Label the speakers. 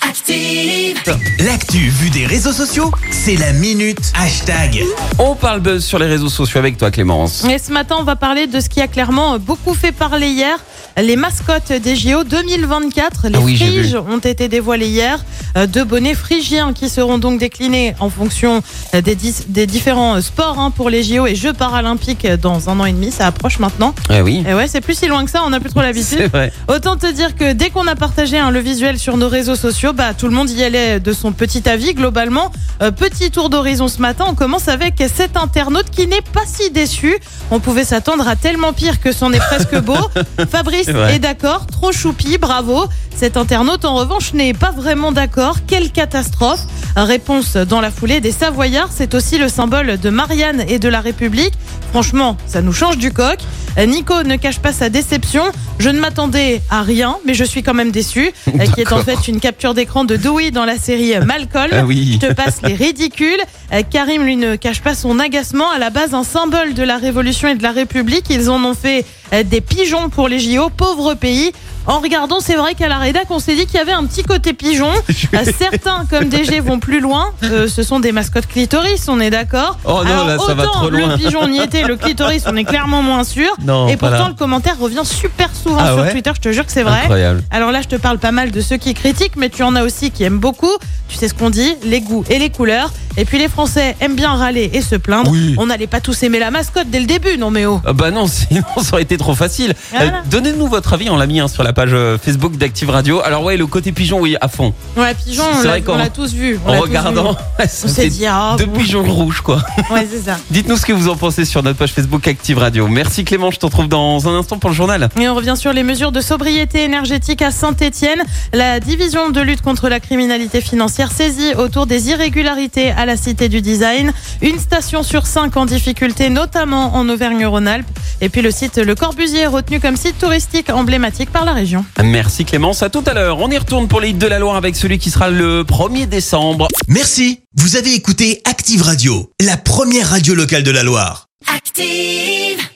Speaker 1: Active.
Speaker 2: L'actu vue des réseaux sociaux, c'est la minute hashtag.
Speaker 3: On parle buzz sur les réseaux sociaux avec toi Clémence.
Speaker 4: Et ce matin, on va parler de ce qui a clairement beaucoup fait parler hier. Les mascottes des JO 2024, les
Speaker 3: Ah oui, j'ai
Speaker 4: friges ont été dévoilées hier. Euh, Deux bonnets phrygiens qui seront donc déclinés en fonction euh, des, dis- des différents euh, sports hein, pour les JO et Jeux paralympiques dans un an et demi. Ça approche maintenant.
Speaker 3: Ah oui.
Speaker 4: Et ouais, c'est plus si loin que ça, on n'a plus trop
Speaker 3: C'est
Speaker 4: l'habitude.
Speaker 3: vrai.
Speaker 4: Autant te dire que dès qu'on a partagé hein, le visuel sur nos réseaux sociaux, bah, tout le monde y allait de son petit avis. Globalement, Euh, petit tour d'horizon ce matin, on commence avec cet internaute qui n'est pas si déçu. On pouvait s'attendre à tellement pire que c'en est presque beau. Fabrice
Speaker 3: C'est vrai.
Speaker 4: est d'accord, trop choupi, bravo. Cet internaute, en revanche, n'est pas vraiment d'accord. Quelle catastrophe Réponse dans la foulée des Savoyards, c'est aussi le symbole de Marianne et de la République. Franchement, ça nous change du coq. Euh, Nico ne cache pas sa déception. Je ne m'attendais à rien, mais je suis quand même déçu. Euh, Qui est en
Speaker 3: D'accord.
Speaker 4: fait une capture d'écran de Dewey dans la série Malcolm.
Speaker 3: Ah oui.
Speaker 4: Je te passe les ridicules. Euh, Karim, lui, ne cache pas son agacement. À la base, un symbole de la Révolution et de la République. Ils en ont fait euh, des pigeons pour les JO. Pauvre pays. En regardant, c'est vrai qu'à la rédac, on s'est dit qu'il y avait un petit côté pigeon. Euh, Certains, comme DG, vont plus loin. Euh, ce sont des mascottes clitoris, on est d'accord.
Speaker 3: Oh non,
Speaker 4: Alors,
Speaker 3: là, ça va
Speaker 4: autant
Speaker 3: trop loin.
Speaker 4: Le pigeon, on y était. Le clitoris, on est clairement moins sûr.
Speaker 3: Non,
Speaker 4: Et
Speaker 3: pas
Speaker 4: pourtant,
Speaker 3: là.
Speaker 4: le commentaire revient super souvent
Speaker 3: Ah
Speaker 4: sur
Speaker 3: ouais
Speaker 4: Twitter. Je te jure que c'est vrai.
Speaker 3: Incroyable.
Speaker 4: Alors là, je te parle pas mal de ceux qui critiquent, mais tu en as aussi qui aiment beaucoup. Tu sais ce qu'on dit, les goûts et les couleurs. Et puis les Français aiment bien râler et se plaindre.
Speaker 3: Oui.
Speaker 4: On n'allait pas tous aimer la mascotte dès le début, non mais oh.
Speaker 3: Ah bah non, sinon ça aurait été trop facile.
Speaker 4: Voilà.
Speaker 3: Euh, Donnez-nous votre avis, on l'a mis hein, sur la page euh, Facebook d'Active Radio. Alors ouais, le côté pigeon, oui, à fond.
Speaker 4: Ouais, pigeon, on
Speaker 3: C'est
Speaker 4: l'a-
Speaker 3: vrai qu'en-
Speaker 4: on l'a tous vu. on
Speaker 3: en
Speaker 4: l'a tous
Speaker 3: regardant,
Speaker 4: vu. On s'est
Speaker 3: c'était
Speaker 4: dit, ah,
Speaker 3: deux pigeons rouges quoi.
Speaker 4: ouais, c'est ça.
Speaker 3: Dites-nous ce que vous en pensez sur notre page Facebook Active Radio. Merci Clémence, je te retrouve dans un instant pour le journal.
Speaker 4: Et on revient sur les mesures de sobriété énergétique à Saint-Étienne. La division de lutte contre la criminalité financière saisie autour des irrégularités à la Cité du Design. Une station sur cinq en difficulté, notamment en Auvergne-Rhône-Alpes. Et puis le site Le Corbusier, retenu comme site touristique emblématique par la région.
Speaker 3: Merci Clémence, à tout à l'heure. On y retourne pour les hits de la Loire avec celui qui sera le 1er décembre.
Speaker 2: Merci, vous avez écouté Active Radio, la première radio locale de la Loire.
Speaker 1: Active.